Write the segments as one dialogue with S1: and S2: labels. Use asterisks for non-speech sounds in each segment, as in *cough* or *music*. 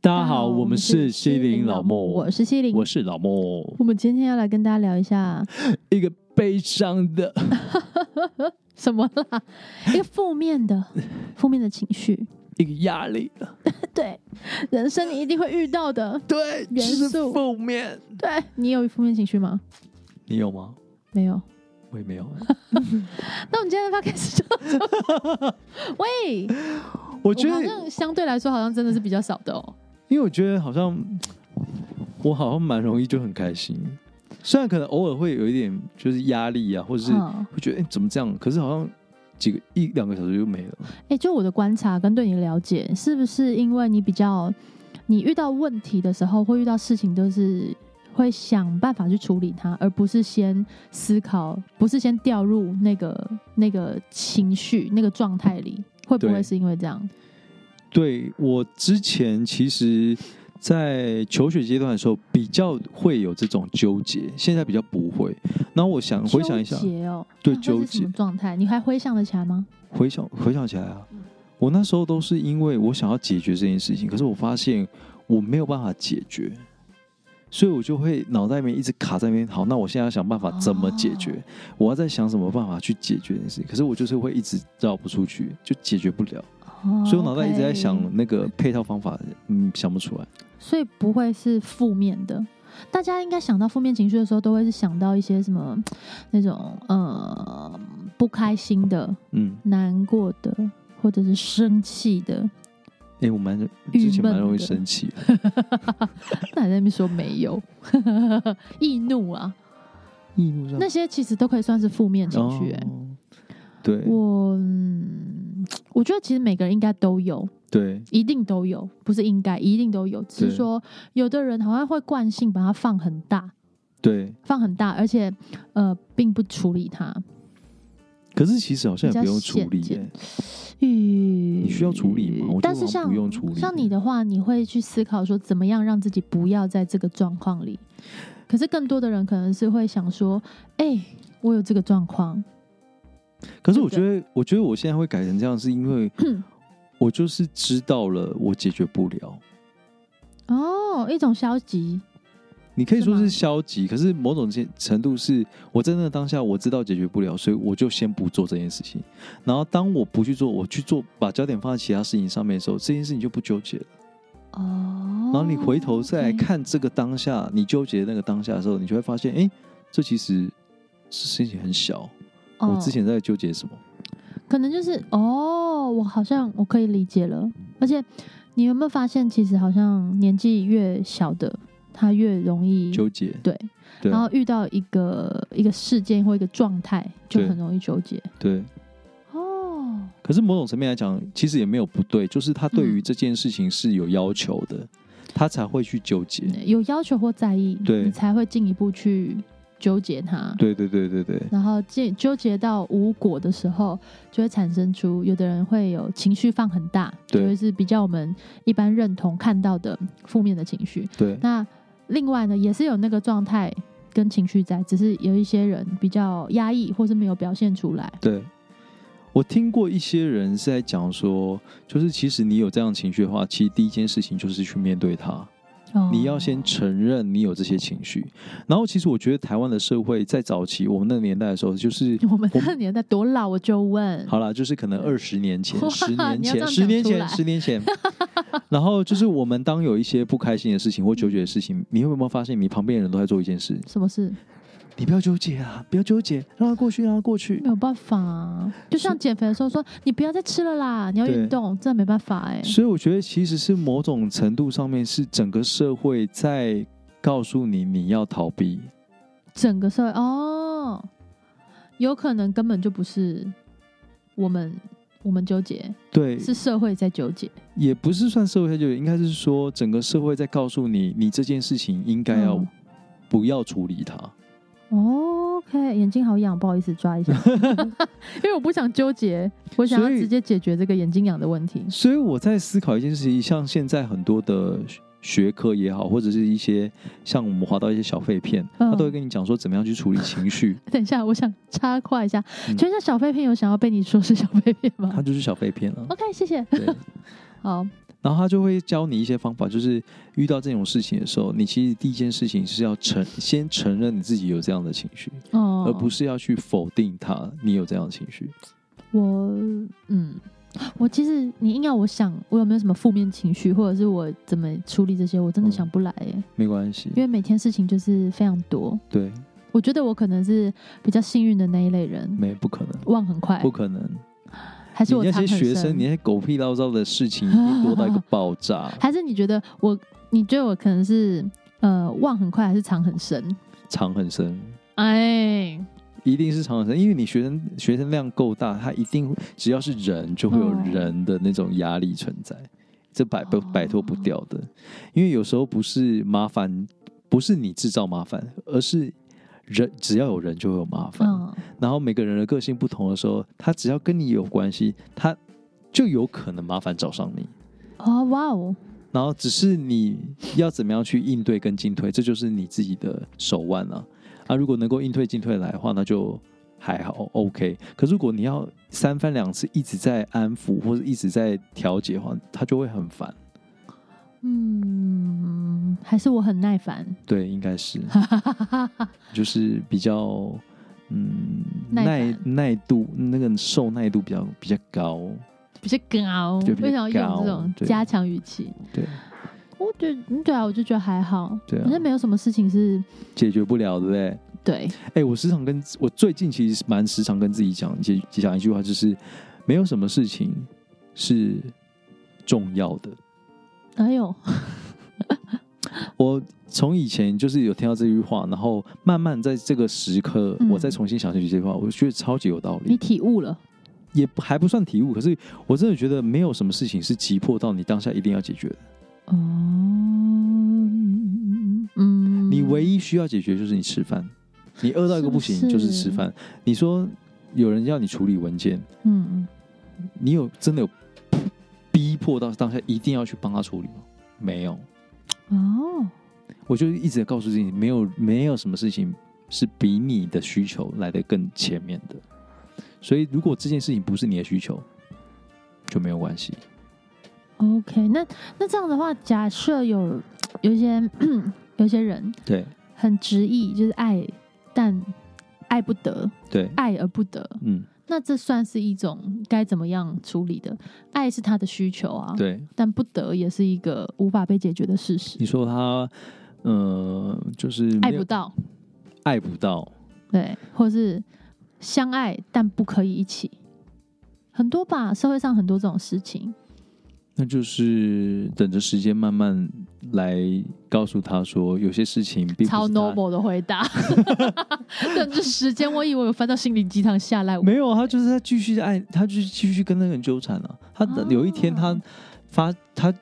S1: 大家好，我们是西林老莫，
S2: 我是西林，
S1: 我是老莫。
S2: 我们今天要来跟大家聊一下
S1: 一个悲伤的，
S2: 什么
S1: *laughs*
S2: 啦？一个负面的，负面的情绪，
S1: 一个压力，
S2: 对，人生你一定会遇到的。
S1: 对，就
S2: 元
S1: 是
S2: 素
S1: 负面。
S2: 对你有负面情绪吗？
S1: 你有吗？
S2: 没有。
S1: 我也没有。
S2: 那我们今天的 podcast 就
S1: *laughs*
S2: 喂，
S1: *laughs* 我
S2: 我
S1: 觉
S2: 好
S1: 得，
S2: 像相对来说好像真的是比较少的哦。
S1: 因为我觉得好像我好像蛮容易就很开心，虽然可能偶尔会有一点就是压力啊，或者是
S2: 嗯
S1: 会觉得哎、怎么这样，可是好像几个一两个小时就没了。
S2: 哎、就我的观察跟对你的了解，是不是因为你比较，你遇到问题的时候，会遇到事情，都是会想办法去处理它，而不是先思考，不是先掉入那个那个情绪、那个状态里，会不
S1: 对
S2: 会是因为这样？
S1: 对我之前其实，在求学阶段的时候，比较会有这种纠结，现在比较不会。然后我想回想一下
S2: 纠，结哦，
S1: 对
S2: 那会
S1: 纠
S2: 是
S1: 结
S2: 什么状态？你还回想得起来吗？
S1: 回想回想起来啊，
S2: 嗯
S1: 我那时候都是因为我想要解决这件事情，可是我发现我没有办法解决，所以我就会脑袋里面一直卡在那边。好，那我现在要想办法怎么解决？
S2: 哦
S1: 我要在想什么办法去解决这件事情。可是我就是会一直绕不出去，就解决不了。
S2: 哦
S1: 所以我脑袋一直在
S2: OK
S1: 想那个配套方法，嗯，想不出来。
S2: 所以不会是负面的。大家应该想到负面情绪的时候，都会是想到一些什么那种呃不开心的、
S1: 嗯，
S2: 难过的，或者是生气的。 *laughs*
S1: 哎、我蛮
S2: 郁
S1: 之前蛮
S2: 闷
S1: 容易
S2: 的
S1: 生气的，
S2: 那还在那边说没有 *laughs* 易怒啊，
S1: 易怒上
S2: 那些其实都可以算是负面情绪、欸。
S1: 嗯哦对
S2: 我、嗯我觉得其实每个人应该都有，
S1: 对
S2: 一定都有，不是应该一定都有，只
S1: 对
S2: 是说有的人好像会惯性把它放很大，
S1: 对，
S2: 放很大，而且呃并不处理它。
S1: 可是其实好像
S2: 比
S1: 也不
S2: 较
S1: 用处
S2: 显
S1: 理、哎
S2: 见
S1: 耶，
S2: 嗯，
S1: 你需要处理吗我觉得
S2: 但是
S1: 好像
S2: 像
S1: 不用处理
S2: 像你的话，你会去思考说怎么样让自己不要在这个状况里。可是更多的人可能是会想说，哎、我有这个状况，
S1: 可是我觉
S2: 对不
S1: 得，我觉得我现在会改成这样，是因
S2: *clears throat*
S1: 为我就是知道了我解决不了。
S2: 哦，一种消极，
S1: 你可以
S2: 是
S1: 说是
S2: 吗
S1: 消极，可是某种程程度是我在那个当下我知道解决不了，所以我就先不做这件事情。然后当我不去做，我去做把焦点放在其他事情上面的时候，这件事情就不纠结了。
S2: 哦。
S1: 然后你回头再来
S2: OK，
S1: 看这个当下，你纠结那个当下的时候，你就会发现，哎、这其实事情很小。
S2: 哦
S1: 我之前在纠结什么？
S2: 可能就是哦，我好像我可以理解了。而且你有没有发现，其实好像年纪越小的，他越容易
S1: 纠结。
S2: 对，
S1: 对啊
S2: 嗯然后遇到一个一个事件或一个状态，就
S1: 对
S2: 很容易纠结。
S1: 对。
S2: 哦，
S1: 可是某种层面来讲，其实也没有不对，就是他对于
S2: 嗯
S1: 这件事情是有要求的，他才会去纠结。
S2: 有要求或在意，
S1: 对
S2: 你才会进一步去纠结它。
S1: 对对对对对
S2: 然后纠纠结到无果的时候，就会产生出有的人会有情绪放很大，
S1: 对
S2: 就会是比较我们一般认同看到的负面的情绪。
S1: 对
S2: 那另外呢，也是有那个状态跟情绪在，只是有一些人比较压抑，或是没有表现出来。
S1: 对。我听过一些人是在讲说，就是其实你有这样的情绪的话，其实第一件事情就是去面对它，
S2: 哦
S1: 你要先承认你有这些情绪。然后，其实我觉得台湾的社会在早期我们那个年代的时候，就是
S2: 哦 *laughs* 我们
S1: 我
S2: 那个年代多老，我就问。
S1: 好啦，就是可能二十年前、
S2: 哇
S1: 十年
S2: 你要
S1: 前、
S2: 这样
S1: 十年
S2: 讲
S1: 前、
S2: 出来
S1: 十年前，然后就是我们当有一些不开心的事情或纠结的事情，你会不会发现你旁边的人都在做一件事？
S2: 什么事？
S1: 你不要纠结啊，不要纠结，让它过去，让它过去
S2: 没。有办法、啊，就像减肥的时候说，你不要再吃了啦，你要
S1: 对
S2: 运动，真的没办法哎、
S1: 所以我觉得其实是某种程度上面是整个社会在告诉你你要逃避，
S2: 整个社会哦，有可能根本就不是我们我们纠结，
S1: 对，
S2: 是社会在纠结。
S1: 也不是算社会在纠结，应该是说整个社会在告诉你，你这件事情应该要
S2: 嗯
S1: 不要处理它。
S2: 哦 OK，眼睛好痒，不好意思抓一下， *laughs* 因为我不想纠结，我想要
S1: 所以
S2: 直接解决这个眼睛痒的问题。
S1: 所以我在思考一件事情，像现在很多的学学科也好，或者是一些像我们滑到一些小废片，
S2: 嗯
S1: 他都会跟你讲说怎么样去处理情
S2: *laughs*
S1: 绪，
S2: 等一下，我想插话一下，
S1: 嗯
S2: 请问一下小废片有想要被你说是小废片吗哦
S1: 它就是小废片了、
S2: ？OK，谢谢。
S1: 对，
S2: 好，
S1: 然后他就会教你一些方法，就是遇到这种事情的时候，你其实第一件事情是要承先承认你自己有这样的情绪，
S2: 哦，
S1: 而呃不是要去否定他你有这样的情绪。
S2: 我，嗯，我其实你硬要我想我有没有什么负面情绪，或者是我怎么处理这些，我真的
S1: 嗯
S2: 想不来耶，
S1: 没关系
S2: 因，为每天事情就是非常多。
S1: 对，
S2: 我觉得我可能是比较幸运的那一类人，
S1: 没不可能，
S2: 忘很快
S1: 不，可能。
S2: 还是
S1: 你
S2: 我
S1: 那
S2: 藏
S1: 些
S2: 很
S1: 学
S2: 深
S1: 生，你那些狗屁叨叨的事情，一定多到一个爆
S2: *laughs*，
S1: 炸
S2: 还是你觉得我？你觉得我可能是呃忘很快，还是藏很深？
S1: 藏很深。
S2: 哎，
S1: 一定是藏很深，因为你学生学生量够大，他一定只要是人，就会有
S2: 哦
S1: 人的那种压力存在，这摆不
S2: 哦
S1: 摆脱不掉的。因为有时候不是麻烦，不是你制造麻烦，而是人只要有人就会有麻烦。
S2: 嗯，
S1: 然后每个人的个性不同的时候，他只要跟你有关系，他就有可能麻烦找上你。
S2: 哦，哇哦，
S1: 然后只是你要怎么样去应对跟进退，这就是你自己的手腕了、啊。如果能够应对进退来的话，那就还好 OK。可如果你要三番两次一直在安抚或者一直在调节的话，他就会很烦。
S2: 嗯，还是我很耐烦，
S1: 对，应该
S2: *laughs*
S1: 是就是比较嗯
S2: 耐
S1: 耐
S2: 烦
S1: 耐度那个受耐度比较比较高。
S2: 比较高，
S1: 对比较
S2: 为什么要用这种
S1: 高对
S2: 加强语气？
S1: 对，
S2: 我觉得嗯对啊，我就觉得还好，
S1: 对啊
S2: 反正没有什么事情是
S1: 解决不了，对不对？
S2: 对，
S1: 哎、我时常跟我最近其实蛮时常跟自己讲一些讲一句话，就是没有什么事情是重要的。
S2: 哎呦，
S1: 我从以前就是有听到这句话，然后慢慢在这个时刻，
S2: 嗯
S1: 我再重新想起这句话，我觉得超级有道
S2: 你
S1: 理，
S2: 体悟了，
S1: 也不还不算体悟，可是我真的觉得没有什么事情是急迫到你当下一定要解决的。
S2: 哦，嗯，
S1: 你唯一需要解决就是你吃饭，你饿到一个不行
S2: 是不是
S1: 就是吃饭。你说有人要你处理文件，
S2: 嗯，
S1: 你有真的有逼迫到当下一定要去帮他处理吗？没有，
S2: 哦，
S1: 我就一直告诉自己，没有没有什么事情是比你的需求来得更前面的。所以，如果这件事情不是你的需求，就没有关系。
S2: 哦 OK，那那这样的话，假设有有一些有一些人
S1: 对
S2: 很执意，就是爱，但爱不得，
S1: 对，
S2: 爱而不得，
S1: 嗯，
S2: 那这算是一种该怎么样处理的？爱是他的需求啊，，
S1: 对。
S2: 但不得也是一个无法被解决的事实
S1: 你，说他，呃，就是没
S2: 爱
S1: 有
S2: 不到，
S1: 爱不到，
S2: 对，或是相爱但不可以一起，很多吧，社会上很多这种事情，
S1: 那就是等着时间慢慢来告诉他说，有些事情并不是
S2: 超
S1: 他
S2: noble 的回答， *laughs* 等着时间，我以为我翻到心灵鸡汤下来，
S1: 没有，啊他就是在继续爱，他就是继续跟那个人纠缠啊。他
S2: 哦
S1: 有一天他发他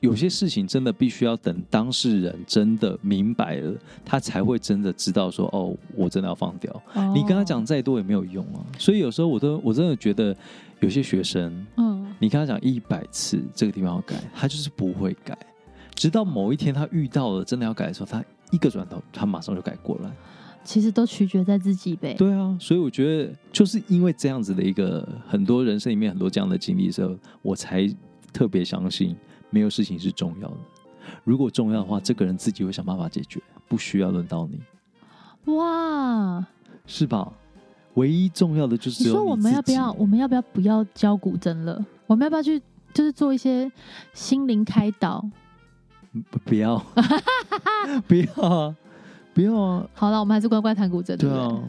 S1: 有些事情真的必须要等当事人真的明白了，他才会真的知道说哦，我真的要放掉。
S2: 哦
S1: 你跟他讲，再多也没有用啊。所以有时候我都我真的觉得有些学生，
S2: 嗯，
S1: 你跟他讲一百次这个地方要改，他就是不会改，直到某一天他遇到了真的要改的时候，他一个转头，他马上就改过来。
S2: 其实都取决在自己呗，
S1: 对啊，所以我觉得就是因为这样子的一个很多人生里面很多这样的经历的时候，我才特别相信没有事情是重要的。如果重要的话，这个人自己会想办法解决，不需要轮到你，
S2: 哇，
S1: 是吧？唯一重要的就
S2: 你
S1: 只有
S2: 说我们
S1: 自
S2: 要不
S1: 己
S2: 要？我们要不要不要教古筝了？我们要不要去就是做一些心灵开导？
S1: 不不要，不要啊，不要啊！
S2: 好了，我们还是乖乖弹古筝。
S1: 对
S2: 不
S1: 啊，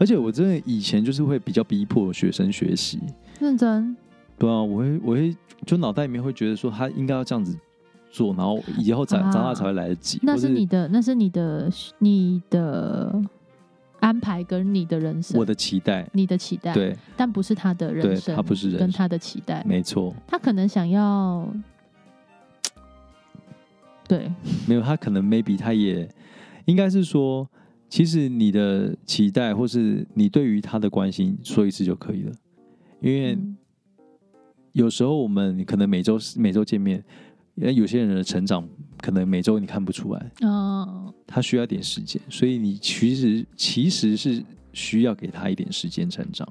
S1: 而且我真的以前就是会比较逼迫学生学习，
S2: 对，认真。
S1: 对啊，我会，我会，就脑袋里面会觉得说他应该要这样子做，然后以后长
S2: 啊
S1: 长大才会来得及。
S2: 那
S1: 或
S2: 是你的，那是你的，你的安排跟你的人生，
S1: 我的期待，
S2: 你的期待，，哎
S1: 对，
S2: 但不是他的人
S1: 对
S2: 生，
S1: 他不是人
S2: 跟
S1: 生嗯
S2: 他的期待，
S1: 没错，
S2: 他可能想要，对，
S1: 没有他可能 maybe 他也应该是说，其实你的期待或是你对于他的关心说一次就可以了，因为
S2: 嗯
S1: 有时候我们可能每周每周见面，呃有些人的成长可能每周你看不出来，
S2: 哦
S1: 他需要一点时间，所以你其实其实是需要给他一点时间成长。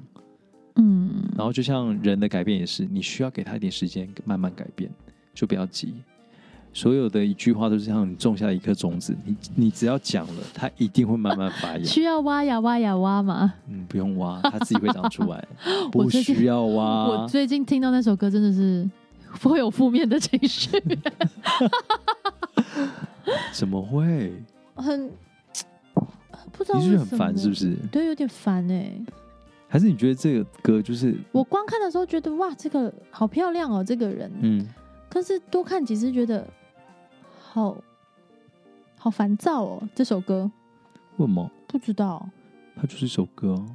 S2: 嗯，
S1: 然后就像人的改变也是，你需要给他一点时间慢慢改变，就不要急。所有的一句话都是像你种下一颗种子，你你只要讲了，它一定会慢慢发芽。
S2: 需要挖呀挖呀挖嘛。
S1: 嗯，不用挖，它自己会长出来，
S2: *laughs* 我
S1: 不
S2: 最近
S1: 需要
S2: 我
S1: 挖。
S2: 最近听到那首歌真的是 *laughs* 会有负面的情绪，
S1: 怎么会？
S2: *laughs* 很不知道
S1: 你是不是
S2: 为
S1: 很
S2: 什
S1: 烦
S2: 么
S1: 是不是？
S2: 对，有点烦哎、
S1: 还是你觉得这个歌就是
S2: 我光看的时候觉得哇，这个好漂亮哦，这个人。
S1: 嗯，
S2: 可是多看几次觉得好好烦躁哦。这首歌
S1: 为什么？
S2: 不知道，
S1: 它就是一首歌啊、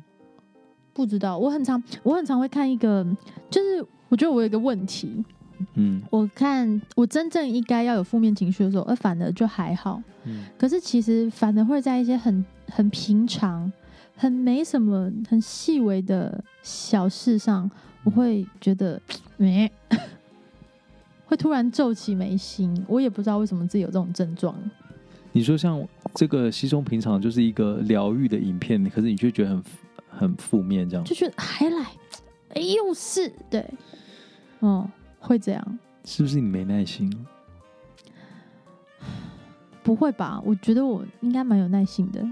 S2: 不知道。我很常我很常会看一个，就是我觉得我有一个问题，
S1: 嗯
S2: 我看我真正应该要有负面情绪的时候，而反而就还好。
S1: 嗯，
S2: 可是其实反而会在一些很很平常、很没什么、很细微的小事上，我会觉得没、 *laughs* 会突然皱起眉心。我也不知道为什么自己有这种症状。啊
S1: 你说像这个稀松平常就是一个疗愈的影片，可是你却觉得很很负面这样
S2: 就，觉得还来，哎，又是对，嗯，会这样？
S1: 是不是你没耐心？
S2: 不会吧？我觉得我应该蛮有耐心的，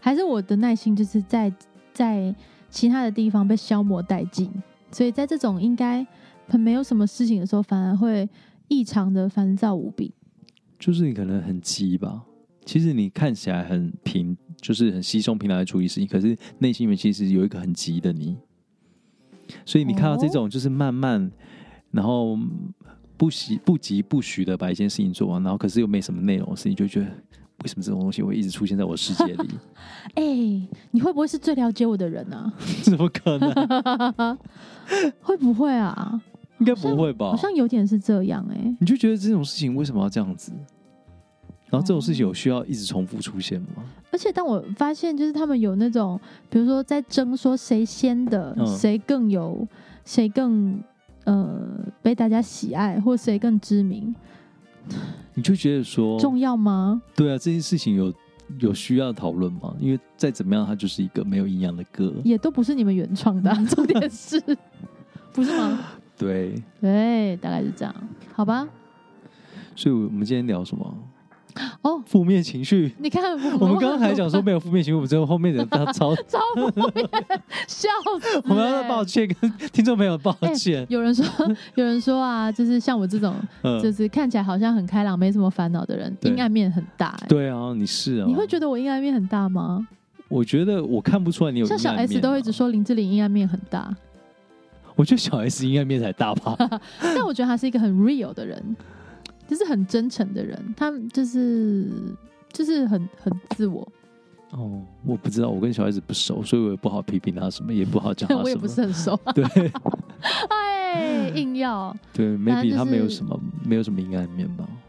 S2: 还是我的耐心就是在在其他的地方被消磨殆尽，所以在这种应该很没有什么事情的时候，反而会异常的烦躁无比。
S1: 就是你可能很急吧。其实你看起来很平，就是很稀松平常的处理事情，可是内心里面其实有一个很急的你。所以你看到这
S2: 哦
S1: 种就是慢慢，然后不急不急不徐的把一件事情做完，然后可是又没什么内容的事情，你就觉得为什么这种东西会一直出现在我世界
S2: *laughs*
S1: 里？
S2: 哎，你会不会是最了解我的人啊？ *laughs*
S1: 怎么可能？
S2: 会不会啊？
S1: 应该不会吧？
S2: 好像有点是这样哎、
S1: 你就觉得这种事情为什么要这样子？然后这种事情有需要一直重复出现吗？
S2: 而且当我发现，就是他们有那种，比如说在争说谁先的，
S1: 嗯
S2: 谁、更有，谁更呃被大家喜爱，或谁更知名，
S1: 你就觉得说，
S2: 重要吗？
S1: 对啊，这件事情有有需要讨论吗？因为再怎么样，它就是一个没有营养的歌。
S2: 也都不是你们原创的啊、
S1: *laughs*
S2: 重点是，不是吗？
S1: 对，
S2: 对，大概是这样，好吧？
S1: 所以我们今天聊什么？
S2: 哦，
S1: 负面情绪。
S2: *laughs* 你看，
S1: 我
S2: 我
S1: 们刚刚还讲说没有负面情绪，我们最后后面的他
S2: *laughs*
S1: 超，
S2: 超敷衍，笑死、欸！
S1: 我们要抱歉跟 *laughs* 听众朋友抱歉。
S2: 有
S1: *laughs*
S2: 人说，有人说啊，就是像我这种，就
S1: 嗯，
S2: 是看起来好像很开朗、没什么烦恼的人，
S1: 对
S2: 阴暗面很大、欸。
S1: 对啊，你是啊，
S2: 你会觉得我阴暗面很大吗？
S1: 我觉得我看不出来你有
S2: 像小
S1: 阴暗面
S2: S 都会一直
S1: 啊，
S2: 说林志玲阴暗面很大，
S1: 我觉得小 S 阴暗面才大
S2: *laughs*
S1: 吧。
S2: 但我觉得她是一个很 real 的人，就是很真诚的人，她就是就是很很自我。
S1: 哦，我不知道，我跟小 S 不熟，所以我也不好批评他什么，也不好讲他什么。
S2: *laughs* 我也不是很
S1: *laughs*
S2: 熟，
S1: 对
S2: 哎，硬要，
S1: 对
S2: 反正
S1: ，maybe
S2: 就是
S1: 他没有什么没有什么阴暗面吧。 *laughs* 对啊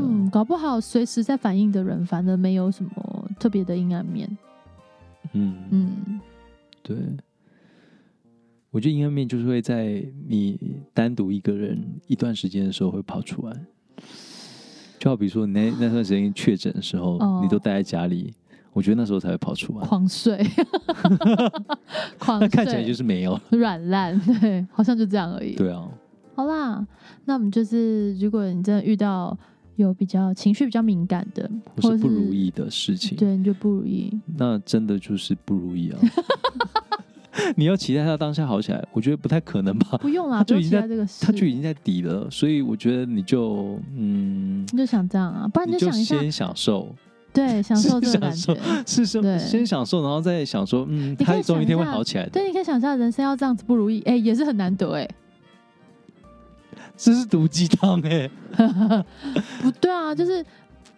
S2: 嗯，搞不好随时在反应的人，反而没有什么特别的阴暗面。
S1: 嗯嗯，
S2: 嗯，
S1: 对。我觉得阴暗面就是会在你单独一个人一段时间的时候会跑出来，就好比说你那那段时间确诊的时候，
S2: 哦
S1: 你都待在家里，我觉得那时候才会跑出来。*laughs*
S2: 狂睡，狂
S1: 那
S2: 睡，
S1: 看起来就是没有。
S2: 软烂， *laughs* 对，好像就这样而已。
S1: 对啊，
S2: 好啦，那我们就是，如果你真的遇到有比较情绪比较敏感的，
S1: 不
S2: 或
S1: 是
S2: 者
S1: 不如，意的事情。
S2: 对，你就不如意。
S1: 那真的就是不如意
S2: *laughs*
S1: 啊！你要期待他当下好起来，我觉得不太可能吧？
S2: 不用啦，
S1: 他就
S2: 不用
S1: 已经
S2: 期待
S1: 在
S2: 这个事，
S1: 他就已经在底了，所以我觉得你就嗯，
S2: 你就想这样啊，不然
S1: 你
S2: 你
S1: 就
S2: 想一下，
S1: 先享受，
S2: 对，享受这个感
S1: 先
S2: 觉。
S1: 是什么？
S2: 对
S1: 先享受，然后再想说，嗯，
S2: 可以
S1: 他
S2: 想
S1: 总有一天会
S2: 象
S1: 好起来的。
S2: 对，你可以想象人生要这样子不如意，哎、也是很难得哎、
S1: 这是毒鸡汤
S2: *laughs*
S1: 哎！
S2: 不对啊，就是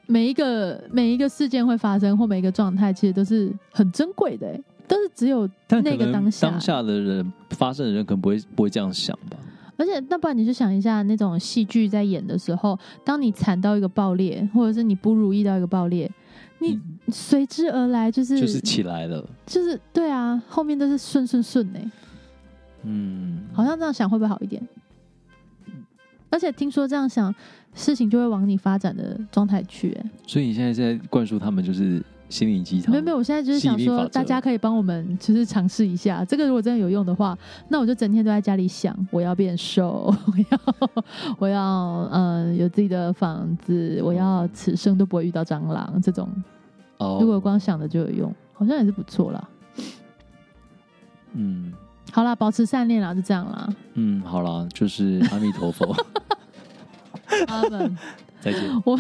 S2: 每一个每一个事件会发生或每一个状态，其实都是很珍贵的哎、都是只有
S1: 但可
S2: 那个
S1: 能
S2: 当下，
S1: 当下的人，发生的人可能不会不会这样想吧？
S2: 而且，那不然你就想一下，那种戏剧在演的时候，当你惨到一个爆裂，或者是你不如意到一个爆裂，你随之而来就是
S1: 嗯就是起来了，
S2: 就是对啊，后面都是顺顺顺哎、
S1: 嗯，
S2: 好像这样想会不会好一点？而且听说这样想，事情就会往你发展的状态去、欸。
S1: 所以你现在在灌输他们，就是心灵鸡汤。
S2: 没有没有，我现在就是想
S1: 哦吸引力
S2: 说
S1: 法，则
S2: 大家可以帮我们就是尝试一下，这个如果真的有用的话，那我就整天都在家里想，我要变瘦， *laughs* 我要我要呃有自己的房子，我要此生都不会遇到蟑螂这种，
S1: 嗯哦，
S2: 如果光想的就有用，好像也是不错啦。
S1: 嗯
S2: 好啦，保持善念啦，就这样
S1: *laughs*
S2: 啦。
S1: 嗯，好啦，
S2: *laughs*
S1: 就是阿弥陀佛，
S2: 阿们，
S1: 再见。
S2: 我